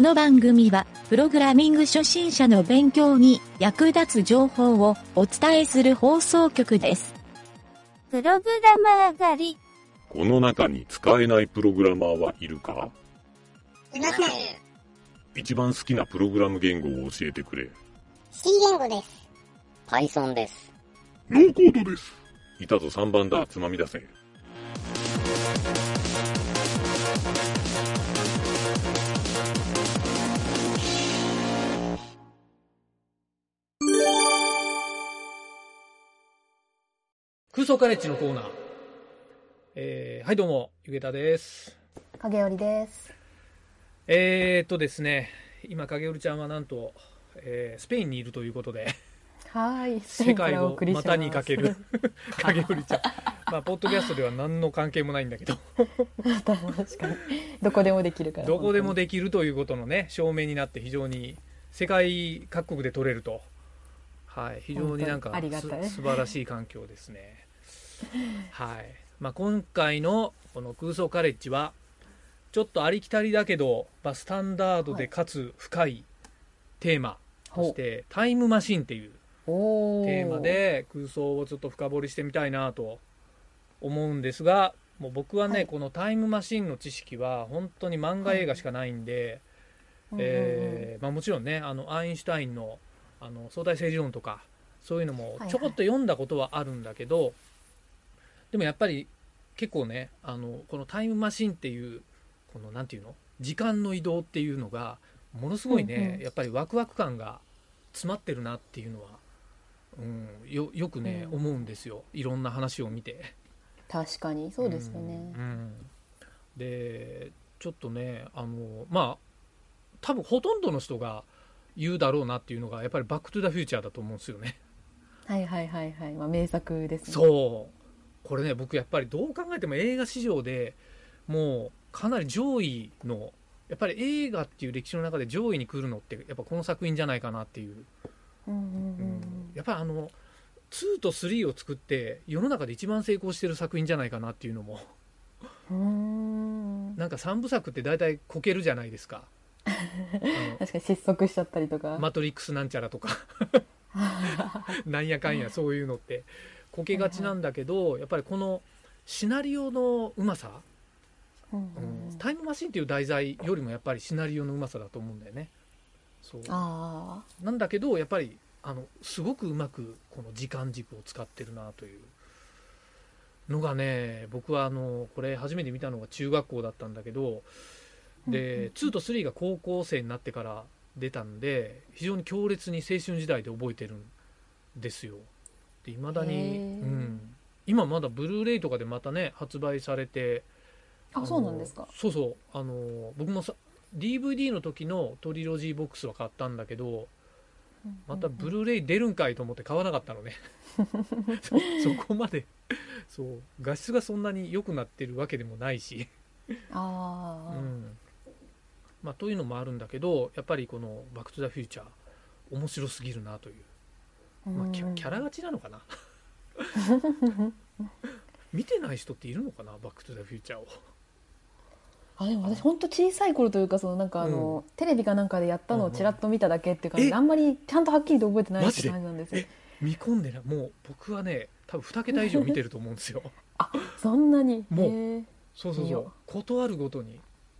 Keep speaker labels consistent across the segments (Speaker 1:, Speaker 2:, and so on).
Speaker 1: の番組は、プログラミング初心者の勉強に役立つ情報をお伝えする放送局です。
Speaker 2: プログラマー上がり。
Speaker 3: この中に使えないプログラマーはいるか
Speaker 4: いません。
Speaker 3: 一番好きなプログラム言語を教えてくれ。
Speaker 4: C 言語です。
Speaker 5: Python です。
Speaker 3: ノーコードです。いたぞ3番だ、つまみ出せ。
Speaker 6: 空想カレッジのコーナー。えー、はい、どうも、ゆげたです。
Speaker 7: 影織です。
Speaker 6: えーっとですね、今、影織ちゃんはなんと、えースペインにいるということ で、
Speaker 7: はい、。
Speaker 6: 世界を股にかける 影織ちゃん。まあ、ポッドキャストでは何の関係もないんだけど、
Speaker 7: 確かに。どこでもできるから。
Speaker 6: どこでも
Speaker 7: で
Speaker 6: できるということのね、証明になって非常に世界各国で取れると。はい、非常になんか
Speaker 7: 本当にありがたい
Speaker 6: す素晴らしい環境です ね。はい。まあ、今回のこの空想カレッジは、ちょっとありきたりだけど、まあ、スタンダードでかつ深いテーマとして、タイムマシンっていう
Speaker 7: お
Speaker 6: テーマ。で空想をちょっと深掘りしてみたいなと思うんですがもう僕はね、
Speaker 7: はい
Speaker 6: このタイムマシンの知識は本当に漫画映画しかないんで、えーまあ、もちろんねあのアインシュタインのあの相対性理論とかそういうのも
Speaker 7: はい
Speaker 6: ちょこっと読んだことはあるんだけど、でもやっぱり結構ねあのこのタイムマシンっていうこのなんていうの時間の移動っていうのがものすごいね、
Speaker 7: うんうん
Speaker 6: やっぱりワクワク感が詰まってるなっていうのは、うん、よよくね、
Speaker 7: うん
Speaker 6: 思うんですよいろんな話を見て。
Speaker 7: 確かに、そうですよね
Speaker 6: うん。うんでちょっとねあのまあ多分ほとんどの人が言うだろうなっていうのがやっぱり「バック・トゥ・ザ・フューチャー」だと思うんですよね。
Speaker 7: はいはいはいはい。まあ、名作ですね。
Speaker 6: そうこれね僕やっぱりどう考えても映画史上でもうかなり上位のやっぱり映画っていう歴史の中で上位に来るのってやっぱこの作品じゃないかなっていう、
Speaker 7: うんうんうん
Speaker 6: やっぱりあの2と3を作って世の中で一番成功してる作品じゃないかなっていうのも
Speaker 7: うん。うーん。
Speaker 6: なんか3部作って大体こけるじゃないですか。あ
Speaker 7: 確かに失速しちゃったりとか。
Speaker 6: のマトリックスなんちゃらとかなんやかんやそういうのってこけがちなんだけどやっぱりこのシナリオのうまさ、
Speaker 7: うんう
Speaker 6: うん
Speaker 7: んうん
Speaker 6: タイムマシンっていう題材よりもやっぱりシナリオのうまさだと思うんだよね。そう
Speaker 7: あ
Speaker 6: なんだけどやっぱりあのすごくうまくこの時間軸を使ってるなというのがね僕はあのこれ初めて見たのが中学校だったんだけどで2と3が高校生になってから出たんで非常に強烈に青春時代で覚えてるんですよ。で未だ
Speaker 7: へ
Speaker 6: に、う
Speaker 7: ー
Speaker 6: ん、今まだブルーレイとかでまたね発売されて
Speaker 7: あ。あ、
Speaker 6: の
Speaker 7: そうなんですか。
Speaker 6: そうそうあの僕もさ DVD の時のトリロジーボックスは買ったんだけどまたブルーレイ出るんかいと思って買わなかった のねそそこまでそう画質がそんなに良くなってるわけでもないし、う
Speaker 7: あ
Speaker 6: んまあ、というのもあるんだけどやっぱりこの「バック・トゥ・ザ・フューチャー」面白すぎるなという
Speaker 7: あ。
Speaker 6: まあ、キ
Speaker 7: う
Speaker 6: ャ
Speaker 7: ん
Speaker 6: キャラ。勝ちなのか な見てない人っているのかな「バック・トゥ・ザ・フューチャー」を。
Speaker 7: あ、でも私本当小さい頃というか、そのなんかあの、テレビかなんかでやったのをちらっと見ただけっていう感
Speaker 6: うんう
Speaker 7: じ
Speaker 6: ん
Speaker 7: で、あんまりちゃんとはっきりと覚えてない
Speaker 6: マ
Speaker 7: っ
Speaker 6: ジ
Speaker 7: て
Speaker 6: で
Speaker 7: 感じなんですよ。
Speaker 6: 見込んでないもう僕はね多分2桁以上見てると思うんですよ
Speaker 7: そんなに。
Speaker 6: もう
Speaker 7: へえ
Speaker 6: そうそう
Speaker 7: いい
Speaker 6: そう
Speaker 7: よ
Speaker 6: 断るごとに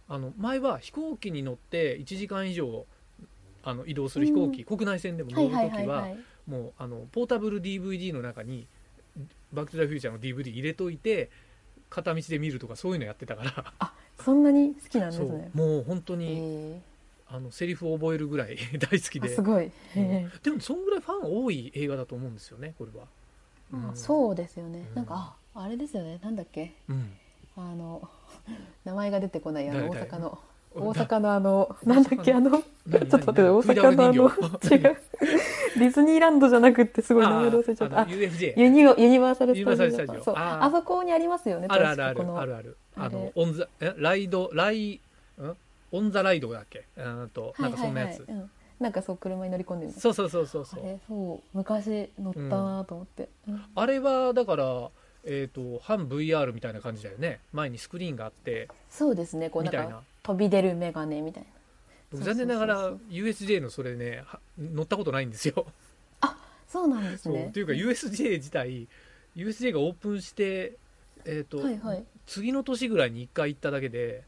Speaker 6: あの前は飛行機に乗って1時間以上あの移動する飛行機、国内線でも
Speaker 7: は
Speaker 6: 乗
Speaker 7: い
Speaker 6: る時は,、
Speaker 7: はいはいはい。
Speaker 6: もうあのポータブル DVD の中に「バック・トゥ・ザ・フューチャー」の DVD 入れといて片道で見るとかそういうのやってたから
Speaker 7: そんなに好きなんです
Speaker 6: そ
Speaker 7: ね
Speaker 6: う。もう本当
Speaker 7: え
Speaker 6: に、
Speaker 7: ー
Speaker 6: あのセリフを覚えるぐらい 大好き
Speaker 7: あ
Speaker 6: です
Speaker 7: ごい。へ
Speaker 6: でもそんぐらいファン多い映画だと思うんですよねこれは。
Speaker 7: ー
Speaker 6: うん
Speaker 7: あそうですよね
Speaker 6: うん。
Speaker 7: なんかああれですよね。なんだっけ
Speaker 6: うん
Speaker 7: あの 名前が出てこないあの大
Speaker 6: 誰誰
Speaker 7: 阪の
Speaker 6: うん
Speaker 7: 大阪のあの
Speaker 6: 大阪の
Speaker 7: なんだっけあのちょ
Speaker 6: 何
Speaker 7: っと待って大
Speaker 6: 何
Speaker 7: 阪のあの違う
Speaker 6: 食い倒れ人形
Speaker 7: ディズニーランドじゃなくってすごい名前で忘れちゃった。
Speaker 6: あ
Speaker 7: あ
Speaker 6: の UFJ
Speaker 7: ユニバユニバーサル
Speaker 6: ユニバーサル
Speaker 7: スタ
Speaker 6: スタ
Speaker 7: ジオ。
Speaker 6: ジ
Speaker 7: そ
Speaker 6: オ
Speaker 7: う
Speaker 6: あー
Speaker 7: あそこにありますよね。
Speaker 6: あるあるあ
Speaker 7: 確か
Speaker 6: る
Speaker 7: この
Speaker 6: あるあるあ
Speaker 7: あ
Speaker 6: の
Speaker 7: れ
Speaker 6: オンザえライドライんオンザライドだっけうんと
Speaker 7: は
Speaker 6: ないんかそんなやつ、
Speaker 7: はいはいうんなんかそう車に乗り込んでる。
Speaker 6: そうそうそうそう
Speaker 7: あ
Speaker 6: そうあれ
Speaker 7: れそう昔乗ったなと思って。うん
Speaker 6: はだからえっ、と半 VR みたいな感じだよね前にスクリーンがあって
Speaker 7: そうですね。こうなん
Speaker 6: みたいな
Speaker 7: か飛び出るメガネみたいな。
Speaker 6: 僕
Speaker 7: そうそうそ
Speaker 6: 残念
Speaker 7: うそう
Speaker 6: ながら USJ のそれねは乗ったことないんですよ
Speaker 7: そうなんです
Speaker 6: そう
Speaker 7: ね。
Speaker 6: っていうか USJ 自体 USJ がオープンしてえっ、と、
Speaker 7: はいはい。
Speaker 6: 次の年ぐらいに1回行っただけで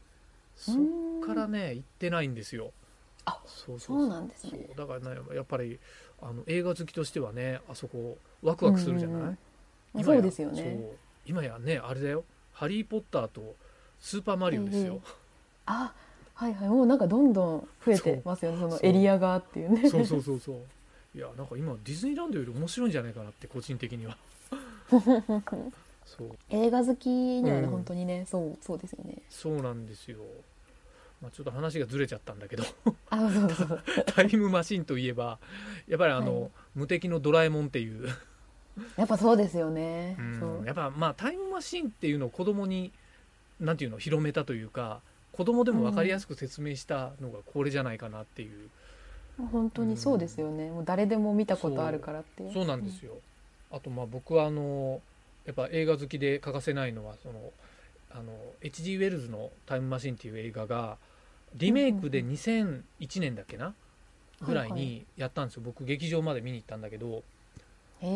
Speaker 6: そっからね行ってないんですよ
Speaker 7: あ
Speaker 6: そうそ
Speaker 7: そう
Speaker 6: そう
Speaker 7: うなんですね。
Speaker 6: だからねやっぱりあの映画好きとしてはねあそこワクワクするじゃない、
Speaker 7: うんうん
Speaker 6: 今や
Speaker 7: そうですよね。
Speaker 6: そう今やねあれだよ「ハリー・ポッター」と「スーパーマリオ」ですよ、
Speaker 7: あ、はいはい。もうなんかどんどん増えてますよね。その
Speaker 6: そう
Speaker 7: エリアがっていうね。
Speaker 6: そうそうそうそう いやなんか今ディズニーランドより面白いんじゃないかなって個人的にはそう
Speaker 7: 映画好きにはね、
Speaker 6: うん
Speaker 7: 本当にね、そうそうですよね。
Speaker 6: そうなんですよ、まあ、ちょっと話がずれちゃったんだけど
Speaker 7: あ、そうそうそう。
Speaker 6: タイムマシンといえばやっぱりあの、
Speaker 7: はい
Speaker 6: 無敵のドラえもんっていう
Speaker 7: やっぱそうですよね。そ
Speaker 6: うん
Speaker 7: う
Speaker 6: やっぱまあタイムマシンっていうのを子供になんていうの広めたというか子供でも分かりやすく説明したのがこれじゃないかなっていう、
Speaker 7: 本当にそうですよね。もう誰でも見たことあるからっていう。
Speaker 6: そうなんですよ、あとまあ僕はあのやっぱ映画好きで欠かせないのはそのあの H.G. ウェルズの「タイムマシン」っていう映画がリメイクで
Speaker 7: うん
Speaker 6: 2001年だっけなぐらい
Speaker 7: はいは
Speaker 6: にやったんですよ、僕劇場まで見に行ったんだけど
Speaker 7: へ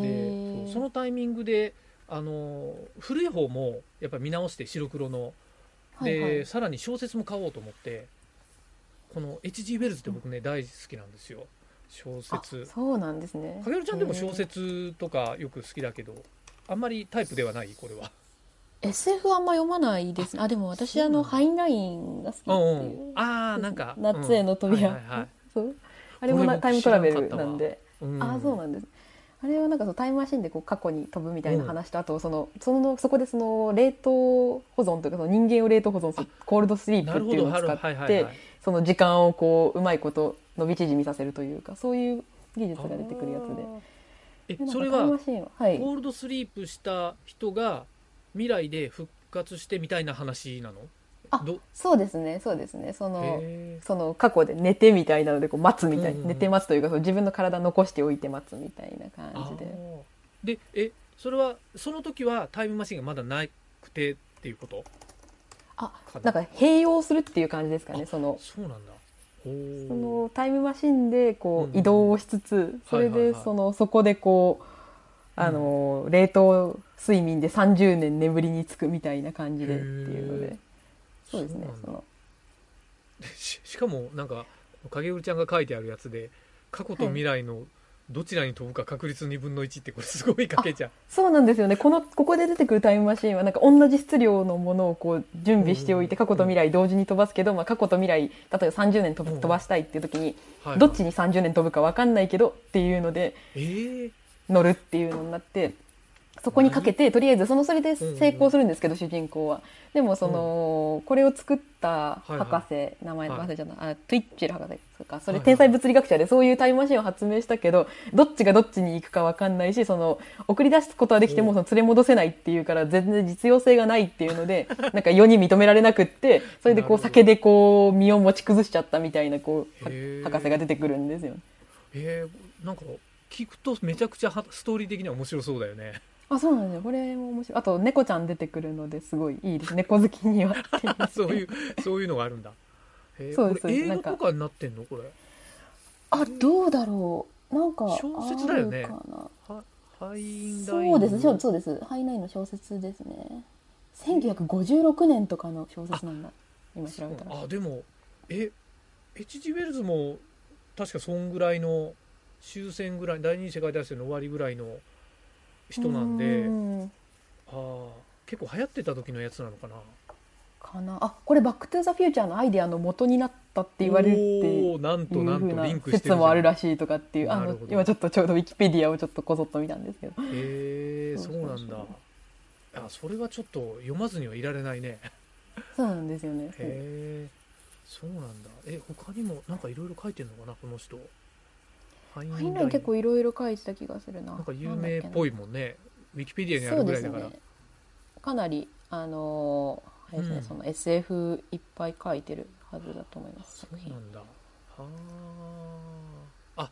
Speaker 6: で
Speaker 7: え
Speaker 6: そう。そのタイミングであの古い方もやっぱ見直して白黒の
Speaker 7: はいはい
Speaker 6: でさらに小説も買おうと思ってこの H.G. ウェルズって僕ね、大好きなんですよ小
Speaker 7: あ
Speaker 6: 説
Speaker 7: そうなんですね。
Speaker 6: かげるちゃんでも
Speaker 7: へえ
Speaker 6: 小説とかよく好きだけどあんまりタイプではないこれは
Speaker 7: SF はあんま読まないですね。あ、でも私あのハインラインが好きって
Speaker 6: う
Speaker 7: い
Speaker 6: ん
Speaker 7: う。
Speaker 6: うんああなんか
Speaker 7: 夏への扉、
Speaker 6: うんはいはいはい
Speaker 7: そうあれも
Speaker 6: これ
Speaker 7: な
Speaker 6: 僕
Speaker 7: タイムトラベルなんで、
Speaker 6: うん
Speaker 7: ああそうなんですあれはなんかそのタイムマシンでこう過去に飛ぶみたいな話と、あとそのそのそこでその冷凍保存というかその人間を冷凍保存するコールドスリー
Speaker 6: な
Speaker 7: プ
Speaker 6: る
Speaker 7: っ
Speaker 6: ほ
Speaker 7: ていう
Speaker 6: ど
Speaker 7: のを
Speaker 6: はる
Speaker 7: 使
Speaker 6: はい
Speaker 7: って、
Speaker 6: はいはい
Speaker 7: その時間をこううまいこと伸び縮みさせるというかそういう技術が出てくるやつで
Speaker 6: え
Speaker 7: でなんか
Speaker 6: それ
Speaker 7: タイム
Speaker 6: は
Speaker 7: マシンははい
Speaker 6: ゴールドスリープした人が未来で復活してみたいな話なの
Speaker 7: あ
Speaker 6: ど
Speaker 7: そうですねそうですねその
Speaker 6: へー
Speaker 7: その過去で寝てみたいなのでこう待つみたい、
Speaker 6: うんうんうん
Speaker 7: 寝て待つというかその自分の体残しておいて待つみたいな
Speaker 6: あ
Speaker 7: 感じで
Speaker 6: ーでえそれはその時はタイムマシンがまだなくてっていうこと
Speaker 7: あ
Speaker 6: かな
Speaker 7: なんか併用するっていう感じですかねその
Speaker 6: そうなんだ
Speaker 7: そ
Speaker 6: ほ
Speaker 7: のタイムマシンで
Speaker 6: う
Speaker 7: こ
Speaker 6: んう
Speaker 7: うん移動をしつつ、それ
Speaker 6: はいはい
Speaker 7: で
Speaker 6: はい
Speaker 7: そのそこでこうあの、冷凍睡眠で30年眠りにつくみたいな感じで
Speaker 6: へ
Speaker 7: っ
Speaker 6: ー
Speaker 7: ていうのでそうです
Speaker 6: そ
Speaker 7: ね
Speaker 6: うなんだ
Speaker 7: その
Speaker 6: ししかもなんか影浦ちゃんが書いてあるやつで過去と未来のどちらに飛ぶか確率2分の1ってこれすごいかけちゃう
Speaker 7: そうなんですよねこのここで出てくるタイムマシンはなんか同じ質量のものをこう準備しておいて
Speaker 6: うんう
Speaker 7: 過
Speaker 6: ん
Speaker 7: 去と未来同時に飛ばすけど、まあ、過去と未来例えば30年飛ぶ
Speaker 6: うん
Speaker 7: 飛ばしたいっていう時に
Speaker 6: はいはい
Speaker 7: どっちに30年飛ぶか分かんないけどっていうので
Speaker 6: えー
Speaker 7: 乗るっていうのになってそこにかけてとりあえずそのそれで成功するんですけど、主人公はでもその、これを作った博士、名前
Speaker 6: はい
Speaker 7: 忘れちゃった、あトゥイッチェル博士かそ
Speaker 6: はい
Speaker 7: れ
Speaker 6: はい
Speaker 7: 天才物理学者でそういうタイムマシンを発明したけどどっちがどっちに行くか分かんないしその送り出すことはできて
Speaker 6: う
Speaker 7: も
Speaker 6: ん
Speaker 7: その連れ戻せないっていうから全然実用性がないっていうので なんか世に認められなくってそれで
Speaker 6: なる
Speaker 7: こ
Speaker 6: ほ
Speaker 7: う
Speaker 6: ど
Speaker 7: 酒でこう身を持ち崩しちゃったみたいなこうは
Speaker 6: へー
Speaker 7: 博士が出てくるんですよ。
Speaker 6: えーなんか聞くとめちゃくちゃはストーリー的には面白そうだよ ね
Speaker 7: あ、そうなんですよ。これも面白い。あと、猫ちゃん出てくるのですごいいいです。猫好きには。
Speaker 6: そういうそういうのがあるんだへー
Speaker 7: そうです
Speaker 6: これ映
Speaker 7: な
Speaker 6: 画
Speaker 7: んか
Speaker 6: とかになってんのこれ
Speaker 7: あ、どうだろう。なんか、
Speaker 6: 小説だよね
Speaker 7: あるかな
Speaker 6: はハインライン
Speaker 7: そうですね。そうです。ハイナインの小説ですね。1956年とかの小説なんだ。今調べたら。
Speaker 6: あでもえ H.G. ウェルズも確かそんぐらいの終戦ぐらい第二次世界大戦の終わりぐらいの人なんで
Speaker 7: うん
Speaker 6: あー結構流行ってた時のやつなのかなっ
Speaker 7: かな。あ、これ、バックトゥザフューチャーのアイデアの元になったって言われるっていう。
Speaker 6: なんと
Speaker 7: いう
Speaker 6: なん
Speaker 7: ふう
Speaker 6: と
Speaker 7: な
Speaker 6: リンクしてる
Speaker 7: 説もある
Speaker 6: しい
Speaker 7: らしいとかっていうあ
Speaker 6: なる
Speaker 7: の
Speaker 6: ほど
Speaker 7: 今ちょっとちょうどウィキペディアをちょっとこぞっと見たんですけど
Speaker 6: へえ
Speaker 7: そ
Speaker 6: そう
Speaker 7: そう
Speaker 6: う
Speaker 7: そう
Speaker 6: なんだあそれはちょっと読まずにはいられないね
Speaker 7: そうなんですよね
Speaker 6: へえそうなんだえ他にもなんかいろいろ書いてんのかなこの人ハイン
Speaker 7: ハインライン結構いろいろ書いてた気がするな
Speaker 6: なんか有名っぽ
Speaker 7: い
Speaker 6: いもんねウィキペディアにあるぐらいだから
Speaker 7: そうですね、かなりあのーあれですね、
Speaker 6: うん
Speaker 7: その SF いっぱい書いてるはずだと思います
Speaker 6: そうなんだ。はあ。あ、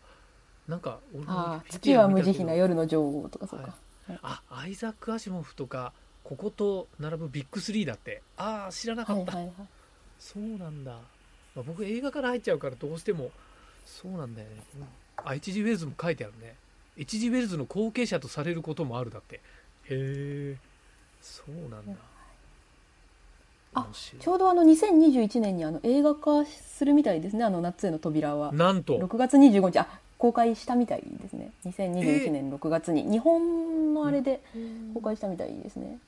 Speaker 6: なんか俺も
Speaker 7: ああ
Speaker 6: Wikipedia
Speaker 7: 月は無慈悲
Speaker 6: 見た
Speaker 7: な
Speaker 6: けど
Speaker 7: 夜の女王とかそうか、
Speaker 6: はいあ、アイザック・アシモフとか、ここと並ぶビッグスリーだって。ああ、知らなか
Speaker 7: は
Speaker 6: っ
Speaker 7: い、
Speaker 6: た。
Speaker 7: はいはい
Speaker 6: そうなんだ。まあ、僕映画から入っちゃうからどうしてもそうなんだよねあ HG ウェルズも書いてあるね HG ウェルズの後継者とされることもあるだってへえそうなんだ
Speaker 7: あ
Speaker 6: 面白い
Speaker 7: ちょうどあの2021年にあの映画化するみたいですね、あの夏への扉は。
Speaker 6: なんと
Speaker 7: 6月25日、あ公開したみたいですね、2021年6月に、日本のあれで公開したみたいですね、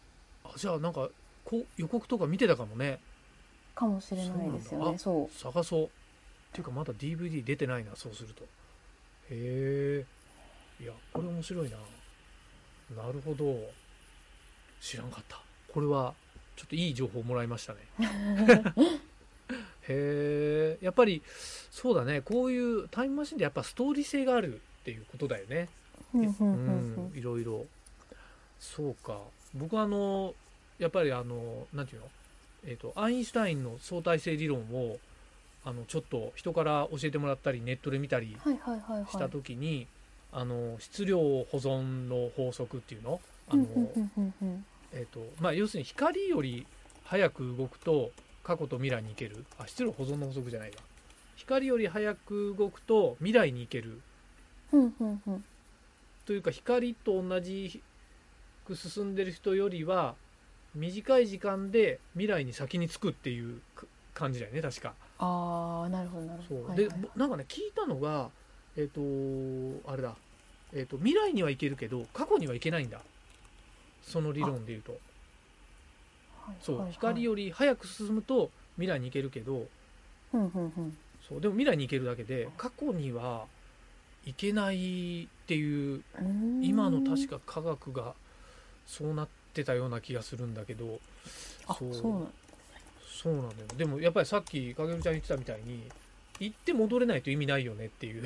Speaker 6: あじゃあなんかこう予告とか見てたかもね
Speaker 7: かもしれないですよね、
Speaker 6: そ
Speaker 7: そう
Speaker 6: 探そうっていうかまだ DVD 出てないなそうするとへえいやこれ面白いななるほど知らんかったこれはちょっといい情報もらいましたねへえやっぱりそうだねこういうタイムマシンでやっぱストーリー性があるっていうことだよね
Speaker 7: うんうんう
Speaker 6: うん
Speaker 7: うん
Speaker 6: ん、いろいろそうか僕はあのやっぱりあのなんていうの、えー、とアインシュタインの相対性理論をあのちょっと人から教えてもらったりネットで見たり
Speaker 7: はいはいはい
Speaker 6: し
Speaker 7: は
Speaker 6: た
Speaker 7: い。
Speaker 6: 時に、あの質量保存の法則っていうのあの、
Speaker 7: うんうんうんうん
Speaker 6: えーとまあ、要するに光より早く動くと過去と未来に行けるあ質量保存の法則じゃないわ光より早く動くと未来に行ける
Speaker 7: うんうんうん
Speaker 6: というか光と同じく進んでる人よりは短い時間で未来に先に着くっていうか感じだよね確か。
Speaker 7: ああなるほどなる
Speaker 6: そ
Speaker 7: ほ
Speaker 6: う
Speaker 7: ど。はい
Speaker 6: で
Speaker 7: はい
Speaker 6: ぼなんかね聞いたのがえっ、とあれだ、えー、と未来には行けるけど過去には行けないんだその理論で言うとそう、
Speaker 7: はいはい
Speaker 6: 光より早く進むと未来に行けるけど
Speaker 7: うんうんうん
Speaker 6: そうでも未来に行けるだけで過去には行けないっていう
Speaker 7: うーん
Speaker 6: 今の確か科学がそうなってたような気がするんだけど
Speaker 7: あそうなん
Speaker 6: そうなんだよでもやっぱりさっき影美ちゃん言ってたみたいに行って戻れないと意味ないよねっていう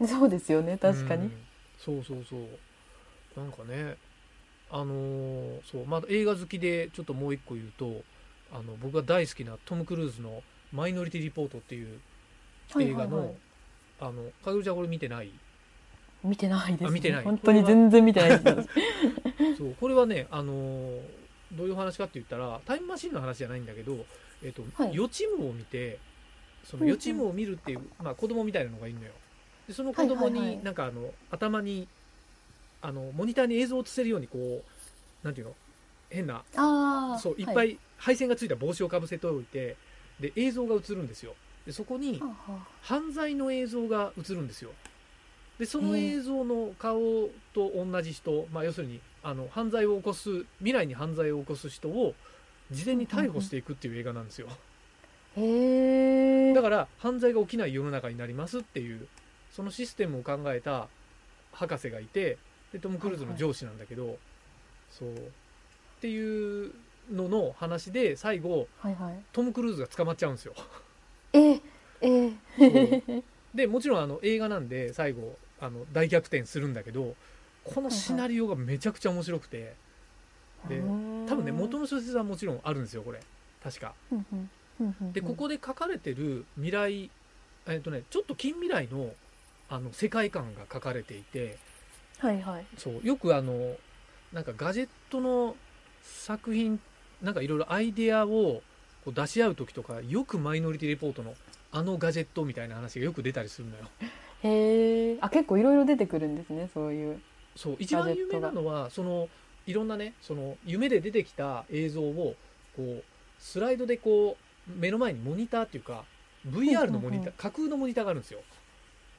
Speaker 7: そうですよね確かに、
Speaker 6: うんそうそうそうなんかねあのーそうまだ映画好きでちょっともう一個言うとあの僕が大好きなトム・クルーズの「マイノリティ・リポート」っていう
Speaker 7: はい
Speaker 6: 映
Speaker 7: は
Speaker 6: 画
Speaker 7: い
Speaker 6: の、
Speaker 7: はい
Speaker 6: あの影美ちゃんこれ見てない
Speaker 7: 見てないです、ね、
Speaker 6: あ見てない
Speaker 7: 本当に全然見てないです
Speaker 6: そうこれはね、あのーどういうお話かって言ったらタイムマシンの話じゃないんだけど、えっと
Speaker 7: はい
Speaker 6: 予知夢を見てその
Speaker 7: うんうん
Speaker 6: 予知夢を見るっていう、まあ、子供みたいなのがいるのよでその子供に、
Speaker 7: はいはいはい
Speaker 6: なんかあの頭にあのモニターに映像を映せるようにこうなんていうの変な
Speaker 7: ああ
Speaker 6: そういっ
Speaker 7: は
Speaker 6: ぱ
Speaker 7: い
Speaker 6: い配線がついた帽子をかぶせておいてで映像が映るんですよでそこに
Speaker 7: はあは
Speaker 6: 犯罪の映像が映るんですよでその映像の顔と同じ人、まあ、要するにあの犯罪を起こす未来に犯罪を起こす人を事前に逮捕していくっていう映画なんですよ
Speaker 7: あへえ
Speaker 6: だから犯罪が起きない世の中になりますっていうそのシステムを考えた博士がいてでトム・クルーズの上司なんだけど、そうっていうのの話で最後
Speaker 7: はいはい
Speaker 6: トム・クルーズが捕まっちゃうんですよ
Speaker 7: えー、えー、
Speaker 6: そうでもちろんあの映画なんで最後あの大逆転するんだけどこのシナリオがめちゃくちゃ面白くてで多分ね元の小説はもちろんあるんですよこれ確かで
Speaker 7: で
Speaker 6: ここで書かれてる未来えっとねちょっと近未来のあの世界観が書かれていて
Speaker 7: はいはい
Speaker 6: そうよくあのなんかガジェットの作品なんかいろいろアイデアをこう出し合う時とかよくマイノリティレポートのあのガジェットみたいな話がよく出たりするのよ
Speaker 7: へえあ結構いろいろ出てくるんですねそういう
Speaker 6: そう一番有名なのはそのいろんなねその夢で出てきた映像をこうスライドでこう目の前にモニターっていうか VR のモニ
Speaker 7: うんうんう
Speaker 6: ター
Speaker 7: ん
Speaker 6: 架空のモニターがあるんですよ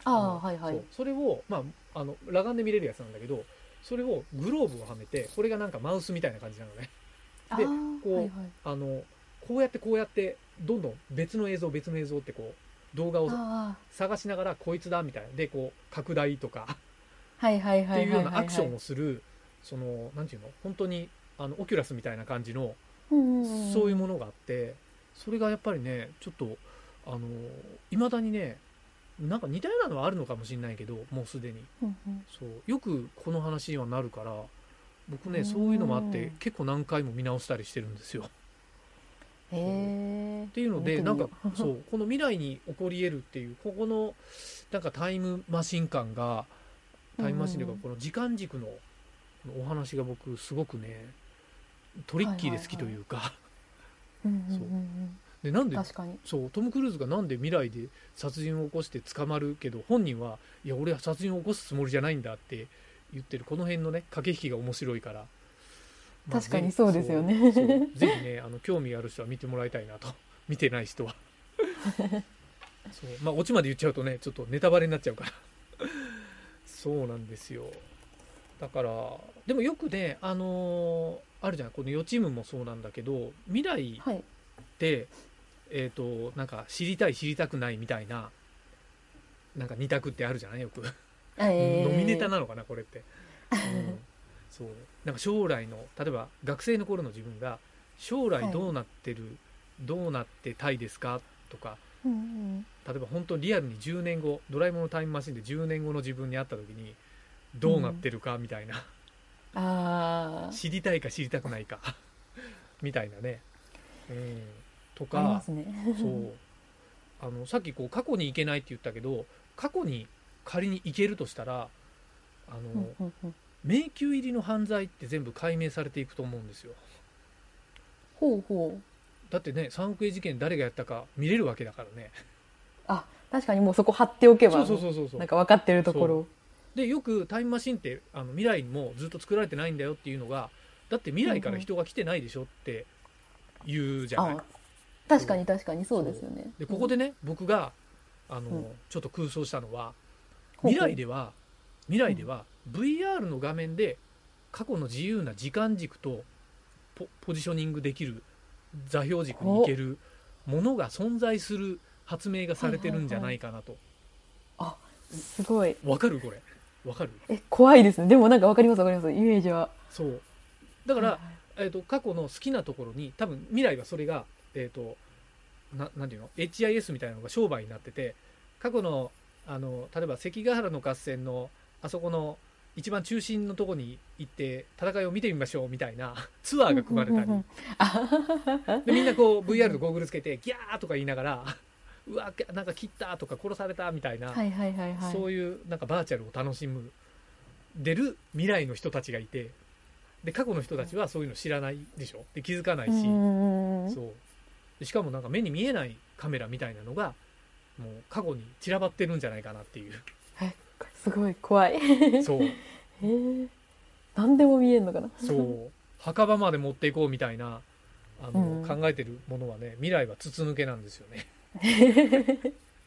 Speaker 7: あ
Speaker 6: あ
Speaker 7: あ
Speaker 6: の
Speaker 7: はいは
Speaker 6: そ
Speaker 7: いう
Speaker 6: それを、まあ、あの裸眼で見れるやつなんだけどそれをグローブをはめてこれがなんかマウスみたいな感じなのね
Speaker 7: あ
Speaker 6: で
Speaker 7: ー
Speaker 6: こう
Speaker 7: はいはい
Speaker 6: あのこうやってこうやってどんどん別の映像別の映像ってこう動画を
Speaker 7: あ
Speaker 6: 探しながらこいつだみたいなでこう拡大とか
Speaker 7: ーはいはいは
Speaker 6: って
Speaker 7: い
Speaker 6: いう
Speaker 7: は
Speaker 6: よ
Speaker 7: いうはい
Speaker 6: なアクションをするそのなんていうの本当にあのオキュラスみたいな感じのそういうものがあってそれがやっぱりねちょっとあのいまだにねなんか似たようなのはあるのかもしれないけどもうすでに
Speaker 7: うんうん
Speaker 6: そうよくこの話にはなるから僕
Speaker 7: う
Speaker 6: ね
Speaker 7: ん
Speaker 6: そういうのもあって結構何回も見直したりしてるんですよ。
Speaker 7: へえっ
Speaker 6: っていうのでなん かそうこの未来に起こり得るっていうここのなんかタイムマシン感がタイムマシンというか
Speaker 7: うんうん
Speaker 6: この時間軸のこのお話が僕すごくねトリッキーで好きというか、
Speaker 7: うんうんうん
Speaker 6: そう
Speaker 7: うん
Speaker 6: でなんで
Speaker 7: 確かに
Speaker 6: そうトム・クルーズがなんで未来で殺人を起こして捕まるけど本人はいや俺は殺人を起こすつもりじゃないんだって言ってるこの辺のね駆け引きが面白いから、あ
Speaker 7: 確かに
Speaker 6: ぜひ
Speaker 7: そうですよね
Speaker 6: そうそうぜひねあの興味ある人は見てもらいたいなと 見てない 人はそうまあオチまで言っちゃうとねちょっとネタバレになっちゃうからそうなんですよだからでもよくねあのーあるじゃんこの予知夢もそうなんだけど未来
Speaker 7: はい
Speaker 6: で、えー、となんか知りたい知りたくないみたいななんか二択ってあるじゃないよく、
Speaker 7: あえー
Speaker 6: 飲みネタなのかなこれって、うんそうなんか将来の例えば学生の頃の自分が将来どうなってる、どうなってたいですかとか
Speaker 7: うんうん
Speaker 6: 例えば本当リアルに10年後ドラえもんのタイムマシンで10年後の自分に会った時にどうなってるかみたいな、
Speaker 7: あー
Speaker 6: 知りたいか知りたくないか みたいなね、うん、とか
Speaker 7: ありますね
Speaker 6: そうあのさっきこう過去に行けないって言ったけど過去に仮に行けるとしたらあの、
Speaker 7: うんうんうん
Speaker 6: 迷宮入りの犯罪って全部解明されていくと思うんですよ
Speaker 7: ほうほう
Speaker 6: だってね3億円事件誰がやったか見れるわけだからね
Speaker 7: あ確かにもうそこ貼っておけば
Speaker 6: そうそうそうそうそう
Speaker 7: なんか分かってるところ
Speaker 6: でよくタイムマシンってあの未来にもずっと作られてないんだよっていうのがだって未来から人が来てないでしょって言うじゃない、
Speaker 7: あ確かに確かにそうですよね
Speaker 6: でここでね僕があの、
Speaker 7: うん
Speaker 6: ちょっと空想したのは
Speaker 7: ほうほう
Speaker 6: 未来では未来では VR の画面で過去の自由な時間軸とポポジショニングできる座標軸に行けるものが存在する発明がされてるんじゃないかなとわ、
Speaker 7: すごい
Speaker 6: かるこれわかる
Speaker 7: え怖いですねでもなんか分かります分かりますイメージは
Speaker 6: そうだから、
Speaker 7: はい
Speaker 6: えー、と過去の好きなところに多分未来はそれが、えー、とななんていうの HIS みたいなのが商売になってて過去のあの例えば関ヶ原の合戦のあそこの一番中心のとこに行って戦いを見てみましょうみたいな ツアーが組まれた
Speaker 7: うんうんうん
Speaker 6: り
Speaker 7: うんあ
Speaker 6: でみんなこう VR のゴーグルつけてギャーとか言いながらうわなんか切ったとか殺されたみたいな、
Speaker 7: はいはいはいはい
Speaker 6: そういうなんかバーチャルを楽しむ出る未来の人たちがいてで過去の人たちはそういうの知らないでしょで気づかないし、
Speaker 7: うんうんうん
Speaker 6: そうでしかもなんか目に見えないカメラみたいなのがもう過去に散らばってるんじゃないかなっていう
Speaker 7: すごい怖い
Speaker 6: そう
Speaker 7: えー、何でも見えるのかな
Speaker 6: そう墓場まで持っていこうみたいなあの、
Speaker 7: うん
Speaker 6: 考えてるものはね未来は筒抜けなんですよね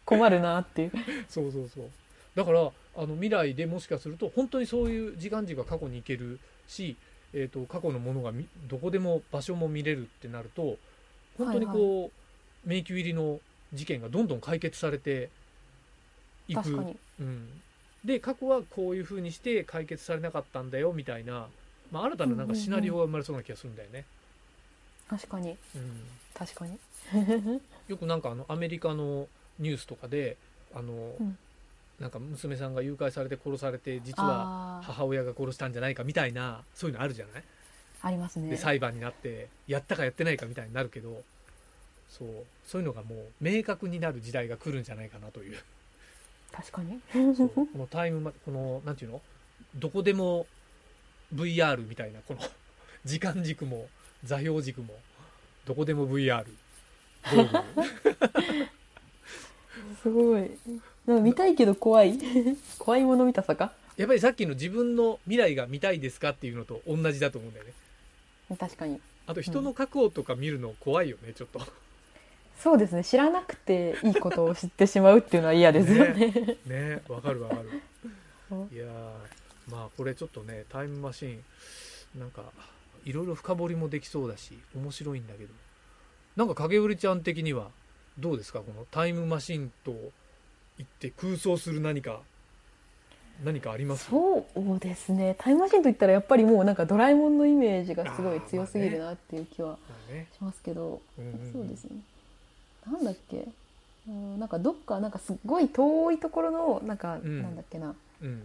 Speaker 7: 困るなっていう
Speaker 6: そうそうそうだからあの未来でもしかすると本当にそういう時間軸が過去に行けるし、えー、と過去のものがみどこでも場所も見れるってなると本当にこう、迷宮入りの事件がどんどん解決されていく
Speaker 7: 確かに
Speaker 6: うん、で過去はこういうふうにして解決されなかったんだよみたいな、まあ、新たななんかシナリオが生まれそうな気がするんだよね。
Speaker 7: 確かに
Speaker 6: うん
Speaker 7: 確かに
Speaker 6: よくなんかあのアメリカのニュースとかであの、
Speaker 7: うん
Speaker 6: なんか娘さんが誘拐されて殺されて実は
Speaker 7: あー
Speaker 6: 母親が殺したんじゃないかみたいなそういうのあるじゃない、
Speaker 7: あります
Speaker 6: で
Speaker 7: ね
Speaker 6: 裁判になってやったかやってないかみたいになるけどそうそういうのがもう明確になる時代が来るんじゃないかなという
Speaker 7: 確かに
Speaker 6: そうこのタイムマこのなんていうのどこでも VR みたいなこの時間軸も座標軸もどこでも VR ゴーグル
Speaker 7: すごいでも見たいけど怖い 怖いもの見たさか
Speaker 6: やっぱりさっきの自分の未来が見たいですかっていうのと同じだと思うんだよね
Speaker 7: 確かに
Speaker 6: あと人の過去とか見るの怖いよねちょっと
Speaker 7: そうですね知らなくていいことを知ってしまうっていうのは嫌ですよね
Speaker 6: ねわかるわかる
Speaker 7: そう
Speaker 6: いやーまあこれちょっとねタイムマシーンなんかいろいろ深掘りもできそうだし面白いんだけどなんか影織ちゃん的にはどうですかこのタイムマシーンと言って空想する何か何かあります
Speaker 7: そうですねタイムマシンといったらやっぱりもうなんかドラえもんのイメージがすごい強すぎるなっていう気は
Speaker 6: まあね
Speaker 7: しますけど、
Speaker 6: うんうんうん
Speaker 7: そうですねなんだっけうんなんかどっかなんかすっごい遠いところのなんか、
Speaker 6: うん
Speaker 7: なんだっけな
Speaker 6: うん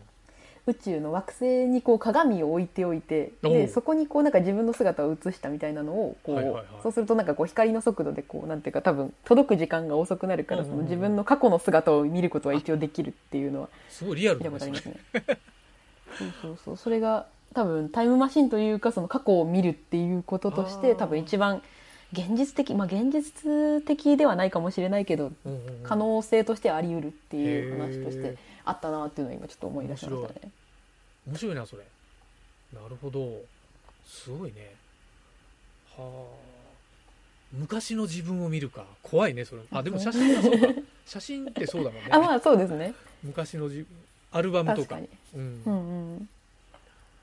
Speaker 7: 宇宙の惑星にこう鏡を置いておいて
Speaker 6: おう
Speaker 7: でそこにこうなんか自分の姿を映したみたいなのをこう、
Speaker 6: はいはいはい
Speaker 7: そうするとなんかこう光の速度でこうなんていうか多分届く時間が遅くなるから、
Speaker 6: うんうんうん
Speaker 7: その自分の過去の姿を見ることは一応できるっていうのは
Speaker 6: すごいリアルだ
Speaker 7: 見た
Speaker 6: ね
Speaker 7: ことあります
Speaker 6: それ
Speaker 7: ね。そうそうそうそれが多分タイムマシンというかその過去を見るっていうこととし
Speaker 6: あ
Speaker 7: て
Speaker 6: ー
Speaker 7: 多分一番現実的まあ現実的ではないかもしれないけど
Speaker 6: うんうんうん
Speaker 7: 可能性としてはあり得るっていう話とし
Speaker 6: へー
Speaker 7: てあったなっていうのを今ちょっと思い出しましたね。
Speaker 6: 面白いなそれなるほどすごいねはあ昔の自分を見るか怖いねそれあでも写真はそうか 写真ってそうだもんね
Speaker 7: あまあそうですね
Speaker 6: 昔の自アルバムと
Speaker 7: 確
Speaker 6: か
Speaker 7: かに。
Speaker 6: うん
Speaker 7: うんうん、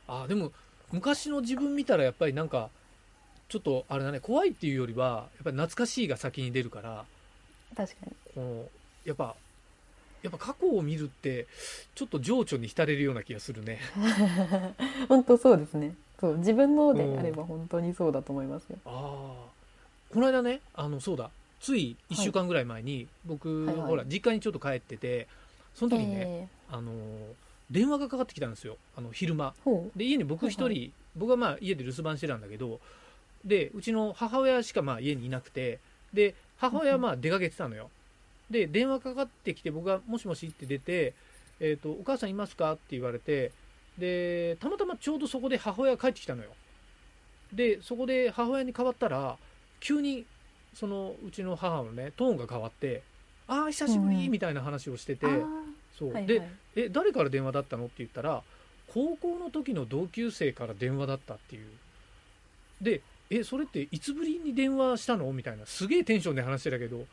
Speaker 6: あでも昔の自分見たらやっぱりなんかちょっとあれだね怖いっていうよりはやっぱり懐かしいが先に出るから
Speaker 7: 確かに
Speaker 6: このやっぱやっぱ過去を見るってちょっと情緒に浸れるような気がするね
Speaker 7: 本当そうですねそう自分ので
Speaker 6: うん
Speaker 7: あれば本当にそうだと思いますよ。
Speaker 6: ああこの間ねあのそうだつい1週間ぐらい前に、僕、
Speaker 7: はいはい
Speaker 6: ほら実家にちょっと帰っててその時ね、
Speaker 7: え
Speaker 6: あの電話がかかってきたんですよあの昼間
Speaker 7: ーほ
Speaker 6: で家に僕一人、
Speaker 7: はい
Speaker 6: 僕はまあ家で留守番してたんだけどでうちの母親しかまあ家にいなくてで母親はまあ出かけてたのよで電話かかってきて僕が「もしもし」って出て「えー、とお母さんいますか?」って言われてでたまたまちょうどそこで母親が帰ってきたのよでそこで母親に代わったら急にそのうちの母のねトーンが変わって「ああ久しぶ
Speaker 7: うんう
Speaker 6: り」
Speaker 7: ん
Speaker 6: みたいな話をしてて、
Speaker 7: う。あ
Speaker 6: そう、
Speaker 7: ーはい
Speaker 6: で
Speaker 7: はい
Speaker 6: え誰から電話だったのって言ったら高校の時の同級生から電話だったっていうでえそれっていつぶりに電話したのみたいなすげえテンションで話してたけど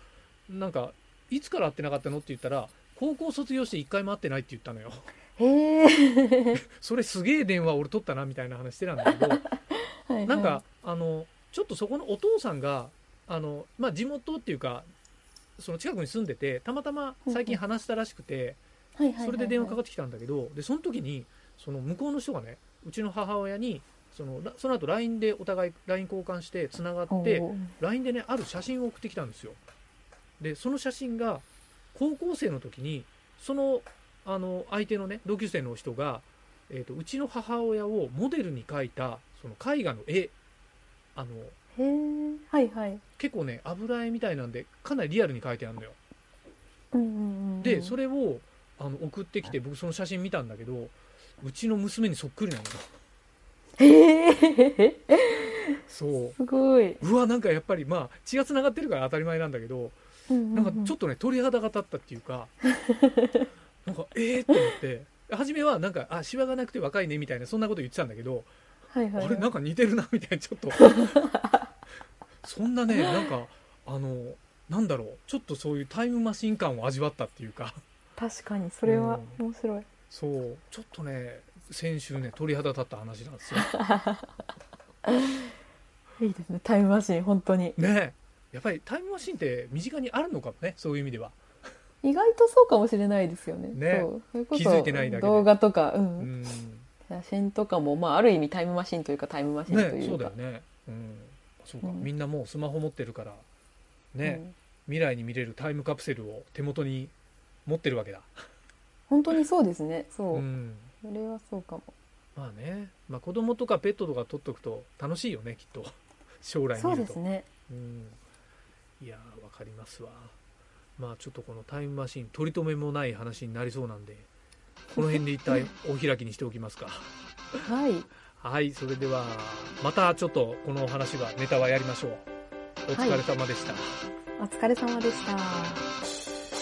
Speaker 6: なんかいつから会ってなかったのって言ったら高校卒業して1回も会ってないって言ったのよ
Speaker 7: へえ。
Speaker 6: それすげえ電話俺取ったなみたいな話してたんだけど
Speaker 7: はいはい
Speaker 6: なんか、あのちょっとそこのお父さんがあの、まあ、地元っていうかその近くに住んでてたまたま最近話したらしくて、
Speaker 7: はいはいはい
Speaker 6: それで電話かかってきたんだけど、でその時にその向こうの人がね、うちの母親にそのらその後 LINE でお互い LINE 交換してつながっ
Speaker 7: お
Speaker 6: て、
Speaker 7: ー
Speaker 6: LINE でねある写真を送ってきたんですよ。でその写真が高校生の時にそのあの相手のね同級生の人が、えー、とうちの母親をモデルに描いたその絵画の絵あの
Speaker 7: へえ。はいはい。
Speaker 6: 結構ね油絵みたいなんでかなりリアルに描いてあるのよ。
Speaker 7: うんうんうん。
Speaker 6: でそれをあの送ってきて僕その写真見たんだけどうちの娘にそっくりなのよ
Speaker 7: へえ。
Speaker 6: そ
Speaker 7: すごい。
Speaker 6: ううわなんかやっぱりまあ血がつながってるから当たり前なんだけど
Speaker 7: な
Speaker 6: なんかちょっとね鳥肌が立ったっていう かなんかええと思って初めはなんかあシワがなくて若いねみたいなそんなこと言ってたんだけど、
Speaker 7: はいはい、
Speaker 6: あれなんか似てるなみたいなち ょっとそんなねなんかあのなんだろうちょっとそういうタイムマシン感を味わったっていうか
Speaker 7: 確かにそれは面白い、
Speaker 6: そうちょっとね先週ね鳥肌立った話なんですよ
Speaker 7: いいですねタイムマシン本当に
Speaker 6: ねえやっぱりタイムマシンって身近にあるのかもねそういう意味では
Speaker 7: 意外とそうかもしれないですよね
Speaker 6: ね
Speaker 7: そうそれこそ
Speaker 6: 気づいてないだけで
Speaker 7: 動画とか、う
Speaker 6: うんん
Speaker 7: 写真とかも、まあ、ある意味タイムマシンというかタイムマシンと
Speaker 6: ね
Speaker 7: い
Speaker 6: そううだよ
Speaker 7: か、
Speaker 6: ねうんそうか、
Speaker 7: うん
Speaker 6: みんなもうスマホ持ってるからね、
Speaker 7: うん
Speaker 6: 未来に見れるタイムカプセルを手元に持ってるわけだ
Speaker 7: 本当にそうですねそう、
Speaker 6: うん
Speaker 7: それはそうかも
Speaker 6: まあね、まあ、子供とかペットとか取っとくと楽しいよねきっと 将来
Speaker 7: そ
Speaker 6: 見
Speaker 7: う
Speaker 6: る
Speaker 7: で
Speaker 6: と
Speaker 7: すね
Speaker 6: うん、いやーわかりますわまあちょっとこのタイムマシン取り留めもない話になりそうなんでこの辺で一体お開きにしておきますか
Speaker 7: はい
Speaker 6: はいそれではまたちょっとこのお話はネタはやりましょうお疲れ様でした、
Speaker 7: お疲れ様でし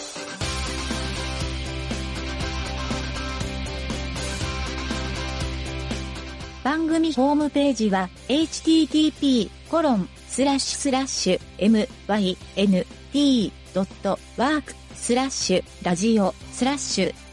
Speaker 7: た
Speaker 1: 番組ホームページは http://myn.t.work/.radio/.